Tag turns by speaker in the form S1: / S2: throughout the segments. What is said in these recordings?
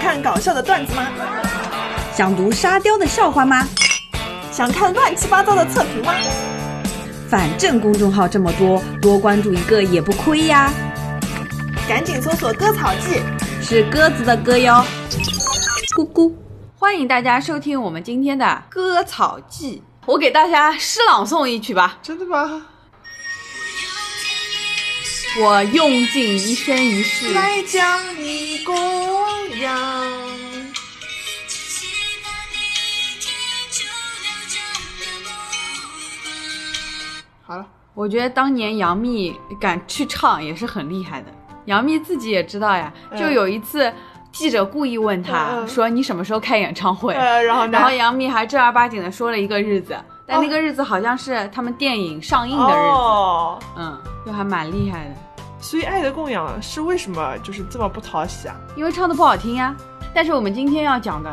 S1: 看搞笑的段子吗？
S2: 想读沙雕的笑话吗？
S1: 想看乱七八糟的测评吗？
S2: 反正公众号这么多，多关注一个也不亏呀。
S1: 赶紧搜索“割草记”，
S2: 是鸽子的鸽哟。咕咕，欢迎大家收听我们今天的《割草记》，我给大家诗朗诵一曲吧。
S1: 真的吗？
S2: 我用尽一生一世，
S1: 来将你供养。好了，
S2: 我觉得当年杨幂敢去唱也是很厉害的。杨幂自己也知道呀，
S1: 嗯
S2: 就有一次记者故意问她、
S1: 嗯嗯
S2: 说：“你什么时候开演唱会？”
S1: 呃，然后呢？
S2: 然后杨幂还正儿八经的说了一个日子，但
S1: 哦
S2: 那个日子好像是他们电影上映的日子，
S1: 哦，
S2: 嗯，就还蛮厉害的，
S1: 所以《爱的供养》是为什么就是这么不讨 喜啊？
S2: 因为唱的不好听呀。但是我们今天要讲的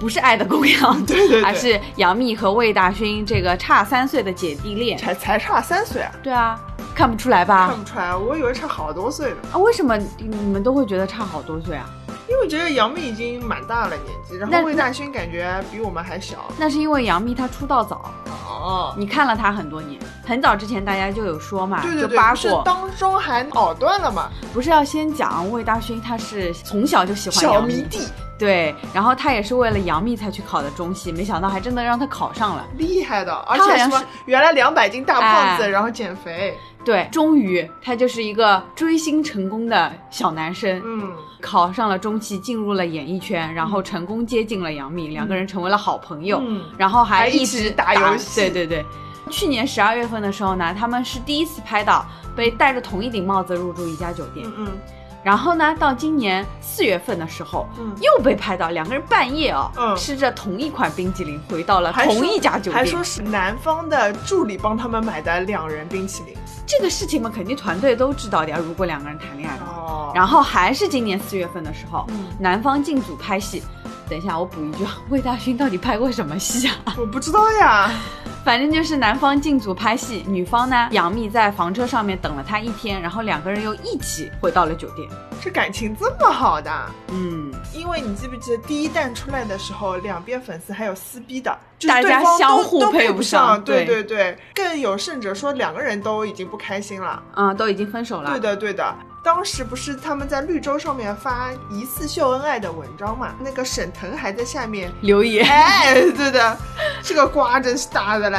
S2: 不是《爱的供养》，
S1: 对对对
S2: 而是杨幂和魏大勋这个差三岁的姐弟恋。
S1: 才才差三岁啊，
S2: 对啊，看不出来吧
S1: 看？不出来，我以为差好多岁呢。
S2: 啊，为什么你们都会觉得差好多岁啊？
S1: 因为我觉得杨幂已经蛮大了年纪，然
S2: 那
S1: 后魏大勋感觉比我们还小。
S2: 那是因为杨幂她出道早，
S1: 哦，
S2: 你看了她很多年，很早之前大家就有说嘛，
S1: 对对
S2: 就
S1: 对，
S2: 扒
S1: 不是
S2: 过，
S1: 当中还藕断了嘛？
S2: 不是要先讲魏大勋，他是从小就喜欢
S1: 小
S2: 杨幂
S1: 迷，弟，
S2: 对，然后他也是为了杨幂才去考的中戏，没想到还真的让他考上了。
S1: 厉害的，而
S2: 好
S1: 且什
S2: 像
S1: 么原来两百斤大胖子，
S2: 哎
S1: 然后减肥，
S2: 对，终于他就是一个追星成功的小男生，
S1: 嗯，
S2: 考上了中戏，进入了演艺圈，然后成功接近了杨幂，两个人成为了好朋友，
S1: 嗯
S2: 然后
S1: 还
S2: 还
S1: 一
S2: 一
S1: 起
S2: 直
S1: 打游戏
S2: 对对对，去年十二月份的时候呢，他们是第一次拍到被戴着同一顶帽子入住一家酒店，
S1: 嗯嗯
S2: 然后呢，到今年四月份的时候，
S1: 嗯，
S2: 又被拍到两个人半夜哦，
S1: 嗯
S2: 吃着同一款冰淇淋回到了
S1: 还说
S2: 同一家酒
S1: 还
S2: 店
S1: 说。是南方的助理帮他们买的两人冰淇淋。
S2: 这个事情嘛，肯定团队都知道的呀。如果两个人谈恋爱的话，
S1: 哦
S2: 然后还是今年四月份的时候，
S1: 嗯
S2: 南方进组拍戏。等一下，我补一句啊，魏大勋到底拍过什么戏啊？
S1: 我不知道呀，
S2: 反正就是南方进组拍戏，女方呢，杨幂在房车上面等了他一天，然后两个人又一起回到了酒店。
S1: 这感情这么好的。
S2: 嗯，
S1: 因为你记不记得第一弹出来的时候，两边粉丝还有撕逼的，就是
S2: 大家
S1: 对方都
S2: 相互
S1: 都
S2: 配
S1: 配
S2: 不上
S1: 上。对
S2: 对
S1: 对对，更有甚者说两个人都已经不开心了。
S2: 啊，都已经分手了。
S1: 对的对的，当时不是他们在绿洲上面发疑似秀恩爱的文章嘛？那个沈腾还在 下面。
S2: 留言。
S1: 哎，对的，这个瓜真是大的嘞！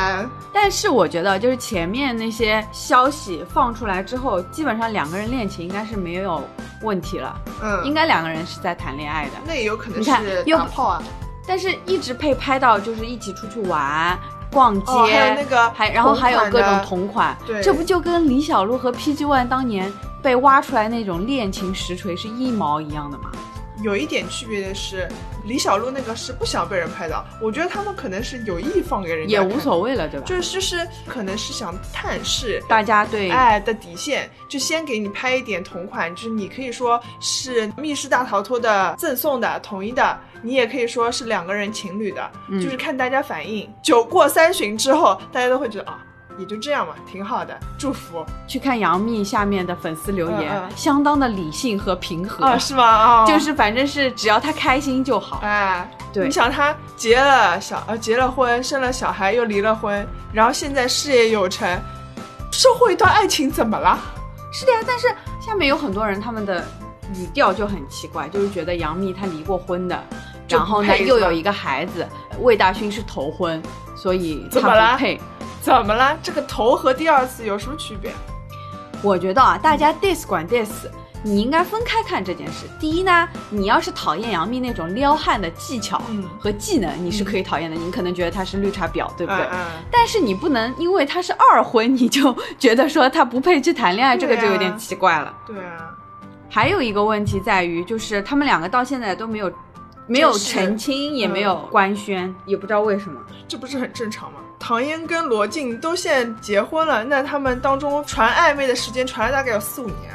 S2: 但是我觉得，就是前面那些消息放出来之后，基本上两个人恋情应该是没有问题了，
S1: 嗯，
S2: 应该两个人是在谈恋爱的。
S1: 那也有可能
S2: 你看
S1: 是
S2: 又
S1: 打炮啊，
S2: 但是一直被拍到就是一起出去玩、逛街，
S1: 哦还有那个
S2: 还然后还有
S1: 同款
S2: 各
S1: 的
S2: 种同款，
S1: 对
S2: 这不就跟李小璐和 PG One 当年被挖出来那种恋情实锤是一毛一样的嘛？
S1: 有一点区别的是，李小璐那个是不想被人拍到，我觉得他们可能是有意放给人家
S2: 也
S1: 看，
S2: 无所谓了，对吧？
S1: 就是就是可能是想探视
S2: 大家对，
S1: 爱的底线，就先给你拍一点同款，就是你可以说是密室大逃脱的赠送的统一的，你也可以说是两个人情侣的，
S2: 嗯
S1: 就是看大家反应。酒过三巡之后，大家都会觉得啊。也就这样嘛，挺好的，祝福
S2: 去看杨幂下面的粉丝留言，
S1: 嗯嗯
S2: 相当的理性和平和，
S1: 啊，是吗？啊，
S2: 就是反正是只要她开心就好。
S1: 哎，
S2: 对
S1: 你想他结了小呃结了婚，生了小孩，又离了婚，然后现在事业有成，收获一段爱情怎么了？
S2: 是的呀，但是下面有很多人他们的语调就很奇怪，就是觉得杨幂她离过婚的，
S1: 就
S2: 然
S1: 不
S2: 后呢
S1: 配是吧
S2: 又有一个孩子，魏大勋是头婚，所以
S1: 怎么
S2: 他
S1: 啦
S2: 不配。
S1: 怎么了？这个头和第二次有什么区别？
S2: 我觉得啊，大家 dis 管 dis。你应该分开看这件事。第一呢，你要是讨厌杨幂那种撩汉的技巧
S1: 嗯
S2: 和技能，你是可以讨厌的。你可能觉得她是绿茶婊，对不对？
S1: 嗯嗯
S2: 但是你不能因为她是二婚，你就 觉得说她不配去谈恋爱，这个
S1: 对
S2: 就有
S1: 啊
S2: 点奇怪了。
S1: 对啊，
S2: 还有一个问题在于，就是他们两个到现在都没有没有澄清，也没有官宣，嗯也不知道为什么。
S1: 这不是很正常吗？唐嫣跟罗晋都现在结婚了，那他们当中传暧昧的时间传了大概有四五年。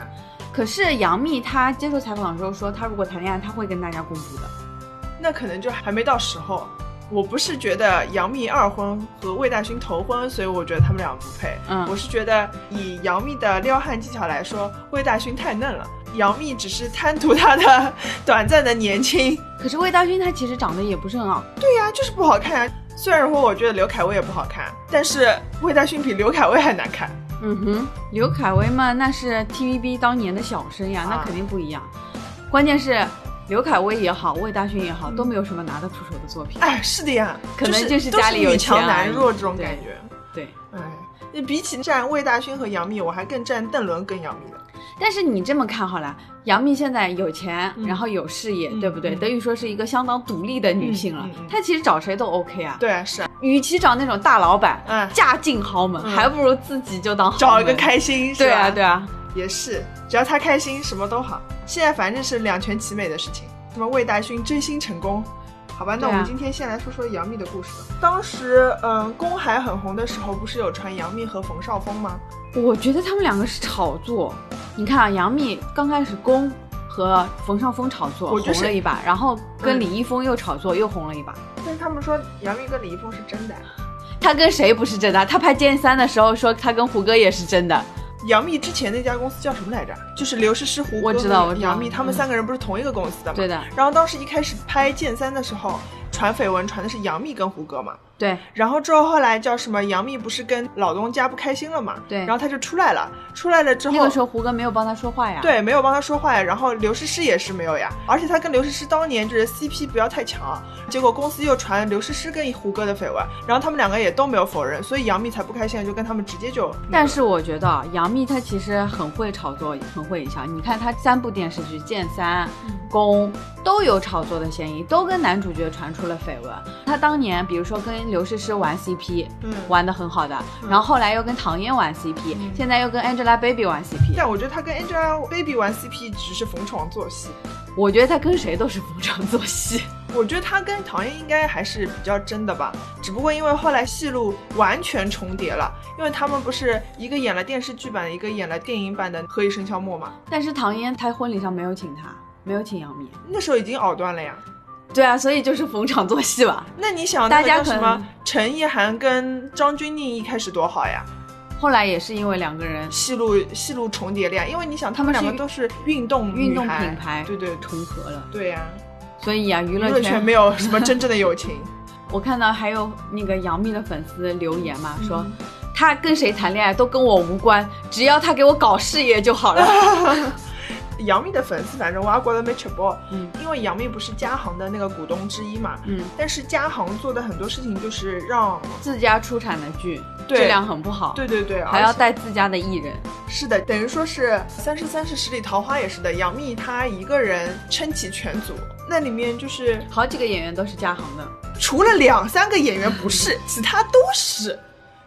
S2: 可是杨幂她接受采访的时候说，她如果谈恋爱，她会跟大家公布的。
S1: 那可能就还没到时候。我不是觉得杨幂二婚和魏大勋头婚，所以我觉得他们俩不配。
S2: 嗯
S1: 我是觉得以杨幂的撩汉技巧来说，魏大勋太嫩了，杨幂只是贪图她的短暂的年轻。
S2: 可是魏大勋他其实长得也不是很好，
S1: 对呀、就是不好看啊。虽然说我觉得刘恺威也不好看，但是魏大勋比刘恺威还难看。
S2: 嗯哼，刘恺威嘛，那是 TVB 当年的小生呀，那
S1: 啊
S2: 肯定不一样。关键是刘恺威也好，魏大勋也好，
S1: 嗯
S2: 都没有什么拿得出手的作品。
S1: 哎，是的呀，
S2: 可能
S1: 就
S2: 就是是
S1: 都
S2: 家里有
S1: 女强
S2: 钱
S1: 男
S2: 而已
S1: 弱这种
S2: 对
S1: 感觉。
S2: 对，
S1: 哎，那比起站魏大勋和杨幂，我还更站邓伦跟杨幂的。
S2: 但是你这么看好了，杨幂现在有钱，
S1: 嗯
S2: 然后有事业，
S1: 嗯
S2: 对不对？
S1: 嗯
S2: 等于说是一个相当独立的女性了。
S1: 嗯嗯嗯
S2: 她其实找谁都 OK 啊。，
S1: 对，是啊，
S2: 与其找那种大老板，
S1: 嗯
S2: 嫁进豪门，
S1: 嗯
S2: 还不如自己就当豪门
S1: 找一个。开心。
S2: 对啊，
S1: 是吧
S2: 对啊，
S1: 也是，只要他开心，什么都好。现在反正是两全其美的事情。什么魏大勋追星成功，好吧？那
S2: 对啊
S1: 我们今天先来说说杨幂的故事吧。当时，嗯，龚海很红的时候，不是有传杨幂和冯绍峰吗？
S2: 我觉得他们两个是炒作。你看啊，杨幂刚开始攻和冯绍峰炒作
S1: 我就是
S2: 红了一把，然后
S1: 嗯
S2: 跟李易峰又炒作、又红了一把。
S1: 但是他们说杨幂跟李易峰是真的啊，
S2: 他跟谁不是真的？他拍《剑三》的时候说他跟胡歌也是真的。
S1: 杨幂之前那家公司叫什么来着？就是刘诗诗、胡歌
S2: 我知道
S1: 和
S2: 我知道
S1: 杨幂他
S2: 嗯
S1: 们三个人不是同一个公司的吗？
S2: 对的，
S1: 然后当时一开始拍《剑三》的时候，传绯闻传的是杨幂跟胡歌嘛，
S2: 对
S1: 然后之后后来叫什么？杨幂不是跟老东家不开心了嘛？
S2: 对
S1: 然后她就出来了，出来了之后，
S2: 那个时候胡歌没有帮他说话呀。
S1: 对没有帮她说话呀。然后刘诗诗也是没有呀，而且她跟刘诗诗当年就是 CP 不要太强，结果公司又传刘诗诗跟胡歌的绯闻，然后他们两个也都没有否认，所以杨幂才不开心，就跟他们直接就那个。
S2: 但是我觉得啊，杨幂她其实很会炒作，很会营销。你看她三部电视剧《剑三》
S1: 嗯
S2: 《宫》都有炒作的嫌疑，都跟男主角传出了绯闻。她当年比如说跟刘诗诗玩 CP，
S1: 嗯
S2: 玩的很好的，
S1: 嗯
S2: 然后后来又跟唐嫣玩 CP，、
S1: 嗯
S2: 现在又跟 Angelababy 玩 CP。
S1: 但我觉得她跟 Angelababy 玩 CP 只是逢场作戏，
S2: 我觉得她跟谁都是逢场作戏。
S1: 我觉得她跟唐嫣应该还是比较真的吧，只不过因为后来戏路完全重叠了，因为他们不是一个演了电视剧版，一个演了电影版的《何以笙箫默》嘛，
S2: 但是唐嫣她婚礼上没有请她，没有请杨幂。
S1: 那时候已经藕断了呀。
S2: 对啊，所以就是逢场作戏吧。
S1: 那你想，
S2: 大家
S1: 那个叫
S2: 可
S1: 什
S2: 能
S1: 么？陈意涵跟张钧甯一开始多好呀，
S2: 后来也是因为两个人
S1: 戏路戏路重叠了呀，因为你想，他们两
S2: 他
S1: 个
S2: 们是
S1: 都是运动
S2: 运动
S1: 女孩
S2: 品牌
S1: 对对
S2: 重合了，
S1: 对呀、
S2: 所以啊，娱
S1: 娱乐圈没有什么真正的友情。
S2: 我看到还有那个杨幂的粉丝留言嘛，
S1: 嗯
S2: 说她跟谁谈恋爱都跟我无关，只要她给我搞事业就 好了。
S1: 杨幂的粉丝，反正我也觉得没吃饱，
S2: 嗯
S1: 因为杨幂不是嘉行的那个股东之一嘛，
S2: 嗯，
S1: 但是嘉行做的很多事情就是让，
S2: 自家出产的剧
S1: 对
S2: 质量很不好，
S1: 对对对，
S2: 还要
S1: 而且
S2: 带自家的艺人。
S1: 是的，等于说是《三生三世十里桃花》也是的，杨幂她一个人撑起全组，那里面就是
S2: 好几个演员都是嘉行的，
S1: 除了两三个演员不是，其他都是。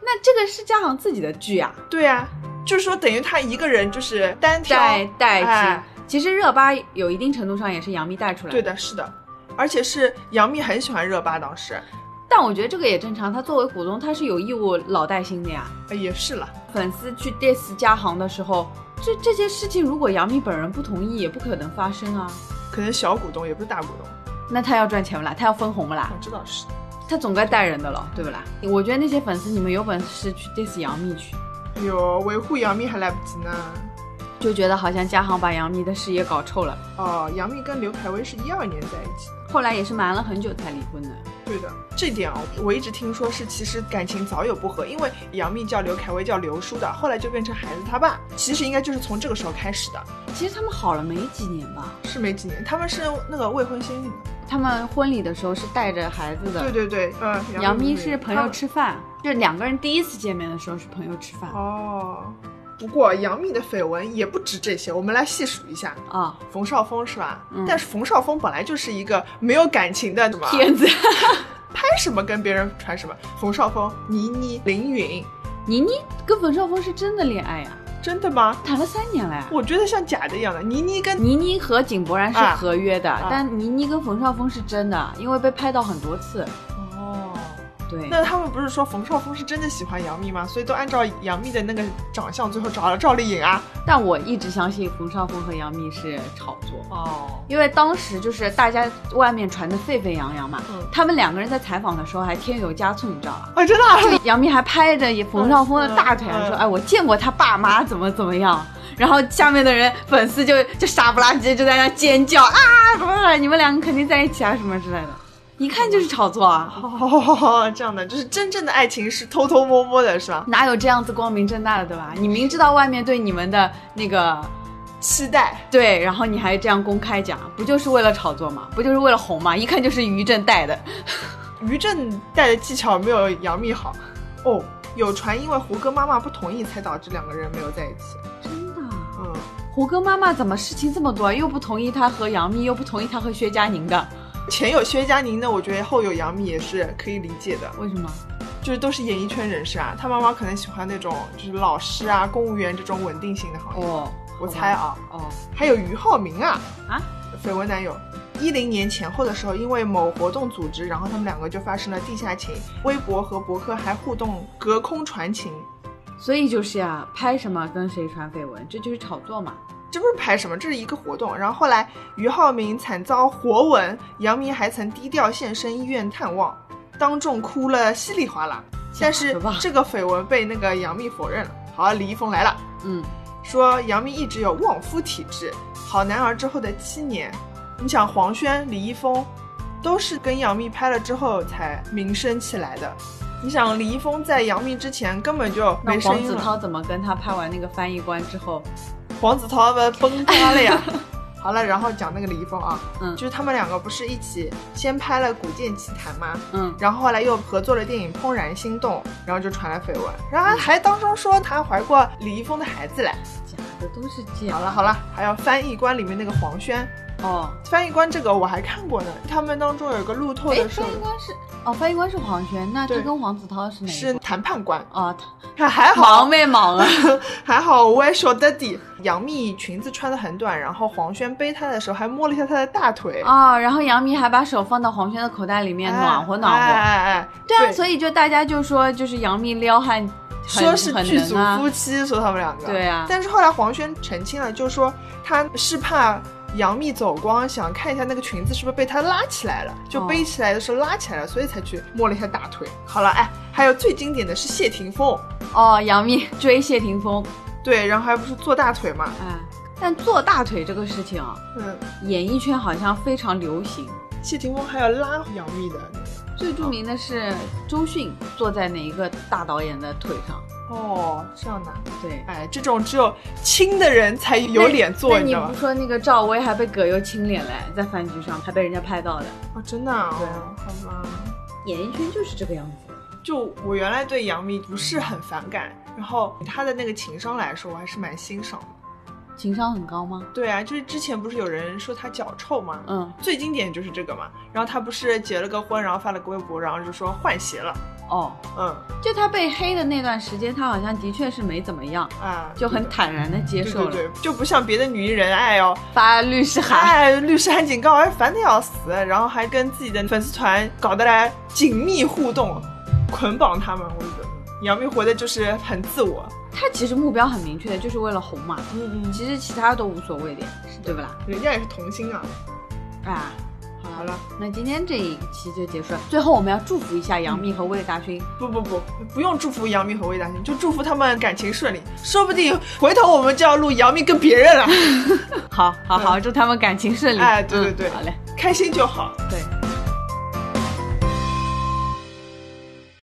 S2: 那这个是嘉行自己的剧啊，
S1: 对啊，就是说等于她一个人就是单挑，
S2: 带带剧。
S1: 哎
S2: 其实热巴有一定程度上也是杨幂带出来
S1: 对
S2: 的，
S1: 的，是的，而且是杨幂很喜欢热巴，当时
S2: 但我觉得这个也正常，她作为股东，她是有义务老带新的呀。
S1: 哎也是了。
S2: 粉丝去 diss 嘉行的时候，这这些事情如果杨幂本人不同意，也不可能发生啊。
S1: 可能小股东也不是大股东，
S2: 那他要赚钱不啦？他要分红不啦
S1: 我？知道是。
S2: 他总该带人的了，对不啦？我觉得那些粉丝，你们有本事去 diss 杨幂去，
S1: 哎呦，维护杨幂还来不及呢。
S2: 就觉得好像嘉行把杨幂的事业搞臭了。
S1: 哦，杨幂跟刘恺威是一二年在一起的。
S2: 后来也是瞒了很久才离婚的。
S1: 对的，这点啊，我一直听说是其实感情早有不和，因为杨幂叫刘恺威叫刘叔的，后来就变成孩子他爸，其实应该就是从这个时候开始的，
S2: 其实他们好了没几年吧，
S1: 是没几年，他们是那个未婚先孕的。
S2: 他们婚礼的时候是带着孩子
S1: 对
S2: 的。
S1: 对对，嗯，
S2: 杨
S1: 幂
S2: 幂是朋友。吃饭，就是两个人第一次见面的时候是朋友吃饭
S1: 他们哦，不过杨幂的绯闻也不止这些，我们来细数一下。
S2: 啊，
S1: 冯绍峰是吧？
S2: 嗯
S1: 但是冯绍峰本来就是一个没有感情的什么
S2: 骗子。
S1: 拍什么跟别人传什么。冯绍峰、倪妮、凌云，
S2: 倪妮跟冯绍峰是真的恋爱啊呀、
S1: 真的吗？
S2: 谈了三年了呀。
S1: 我觉得像假的一样的。倪妮跟
S2: 倪妮和井柏然是合约的，
S1: 啊
S2: 但倪妮跟冯绍峰是真的，因为被拍到很多次。
S1: 哦，
S2: 对，
S1: 那他们不是说冯绍峰是真的喜欢杨幂吗？所以都按照杨幂的那个长相，最后找了赵丽颖啊。
S2: 但我一直相信冯绍峰和杨幂是炒作，
S1: 哦，
S2: 因为当时就是大家外面传的沸沸扬扬嘛，
S1: 嗯
S2: 他们两个人在采访的时候还添油加醋，你知道吧？
S1: 啊，真的啊、
S2: 就杨幂还拍着冯绍峰的大腿，
S1: 嗯嗯
S2: 说：“哎，我见过他爸妈怎么怎么样。”然后下面的人粉丝就就傻不拉几就在那尖叫啊，怎么了？你们两个肯定在一起啊，什么之类的，一看就是炒作啊，
S1: 哦，这样的就是真正的爱情是偷偷摸摸的，是吧？
S2: 哪有这样子光明正大的，对吧？你明知道外面对你们的那个
S1: 期待，
S2: 对，然后你还这样公开讲，不就是为了炒作吗？不就是为了红吗？一看就是于正带的，
S1: 于正带的技巧没有杨幂好。哦，有传因为胡歌妈妈不同意，才导致两个人没有在一起。
S2: 真的。
S1: 嗯，
S2: 胡歌妈妈怎么事情这么多？又不同意他和杨幂，又不同意他和薛佳凝的，
S1: 前有薛佳凝的，我觉得后有杨幂也是可以理解的，
S2: 为什么？
S1: 就是都是演艺圈人士啊。她妈妈可能喜欢那种就是老师啊、公务员这种稳定性的行业，
S2: 哦，
S1: 我猜啊。
S2: 哦，
S1: 还有俞灏明啊
S2: 啊，
S1: 绯闻男友。一零年前后的时候，因为某活动组织，然后他们两个就发生了地下情，微博和博客还互动隔空传情，
S2: 所以就是呀、拍什么跟谁传绯闻，这就是炒作嘛。
S1: 这不是拍什么，这是一个活动。啊然后后来俞灏明惨遭活吻，杨幂还曾低调现身医院探望，当众哭了稀里哗啦。但是
S2: 假的吧
S1: 这个绯闻被那个杨幂否认了。好，李易峰来了，
S2: 嗯，
S1: 说杨幂一直有旺夫体质。好男儿之后的七年，你想黄轩、李易峰，都是跟杨幂拍了之后才名声起来的。你想李易峰在杨幂之前根本就
S2: 那
S1: 没声
S2: 黄
S1: 音
S2: 子
S1: 了。
S2: 韬怎么跟他拍完那个翻译官之后，
S1: 黄子韬们崩塌 了呀。好了，然后讲那个李易峰啊，
S2: 嗯
S1: 就是他们两个不是一起先拍了《古剑奇谭》吗？
S2: 嗯，
S1: 然后后来又合作了电影《怦然心动》，然后就传来绯闻，然后还当中说她怀过李易峰的孩子嘞。
S2: 假的都是假
S1: 好了好了，还有《翻译官》里面那个黄轩，
S2: 哦。
S1: 《翻译官》这个我还看过呢，他们当中有一个路透
S2: 哎，
S1: 的是
S2: 翻译官是哦，翻译官是黄轩，那这
S1: 对
S2: 跟黄子韬是哪一
S1: 是
S2: 个？
S1: 谈判官，
S2: 哦，
S1: 还还
S2: 他
S1: 好
S2: 忙没忙 啊？
S1: 还好我也说得底。杨幂裙子穿的很短，然后黄轩背她的时候还摸了一下她的大腿，
S2: 哦，然后杨幂还把手放到黄轩的口袋里面
S1: 哎
S2: 暖和暖
S1: 哎
S2: 和。
S1: 哎哎，
S2: 对啊，所以就大家就说，就是杨幂撩汉很，
S1: 说是
S2: 很
S1: 剧组
S2: 能啊
S1: 夫。妻，说他们两个。
S2: 对啊
S1: 但是后来黄轩澄清了，就说他是怕杨幂走光，想看一下那个裙子是不是被他拉起来了，就
S2: 哦
S1: 背起来的时候拉起来了，所以才去摸了一下大腿。好了，哎，还有最经典的是谢霆锋，
S2: 哦，杨幂追谢霆锋，
S1: 对，然后还不是做大腿嘛，
S2: 哎，但做大腿这个事情啊，
S1: 嗯，
S2: 演艺圈好像非常流行。
S1: 谢霆锋还有拉杨幂的那个。
S2: 最著名的是周迅坐在哪一个大导演的腿上？
S1: 哦，这样的，
S2: 对，
S1: 哎，这种只有亲的人才有脸做，
S2: 那
S1: 你知
S2: 你
S1: 道吗
S2: 不？说那个赵薇还被葛优亲脸嘞，在饭局上还被人家拍到的。
S1: 哦，真的啊，
S2: 对
S1: 哦好吧。
S2: 演艺圈就是这个样子。
S1: 就我原来对杨幂不是很反感，然后她的那个情商来说，我还是蛮欣赏的。
S2: 情商很高吗？
S1: 对啊，就是之前不是有人说她脚臭吗？
S2: 嗯，
S1: 最经典就是这个嘛。然后她不是结了个婚，然后发了个微博，然后就说换鞋了。
S2: 哦，
S1: 嗯
S2: 就她被黑的那段时间，她好像的确是没怎么样，
S1: 啊，
S2: 就很坦然的接
S1: 对
S2: 受
S1: 的。
S2: 了。
S1: 对对对，就不像别的女艺人，哎呦，
S2: 发律师函，
S1: 哎，律师函警告，哎，烦的要死，然后还跟自己的粉丝团搞得来紧密互动，捆绑他们。我就觉得杨幂活的就是很自我，
S2: 她其实目标很明确的，就是为了红嘛。
S1: 嗯嗯，
S2: 其实其他都无所谓的，对不啦？
S1: 人家也是童星啊。
S2: 啊，好了
S1: 好了。
S2: 那今天这一期就结束了。最后我们要祝福一下杨幂和魏大 勋，
S1: 不不不，不用祝福杨幂和魏大勋，就祝福他们感情顺利。说不定回头我们就要录杨幂跟别人了，
S2: 好好好，祝他们感情顺利。
S1: 嗯哎对对对
S2: 嗯好嘞。
S1: 开心就好。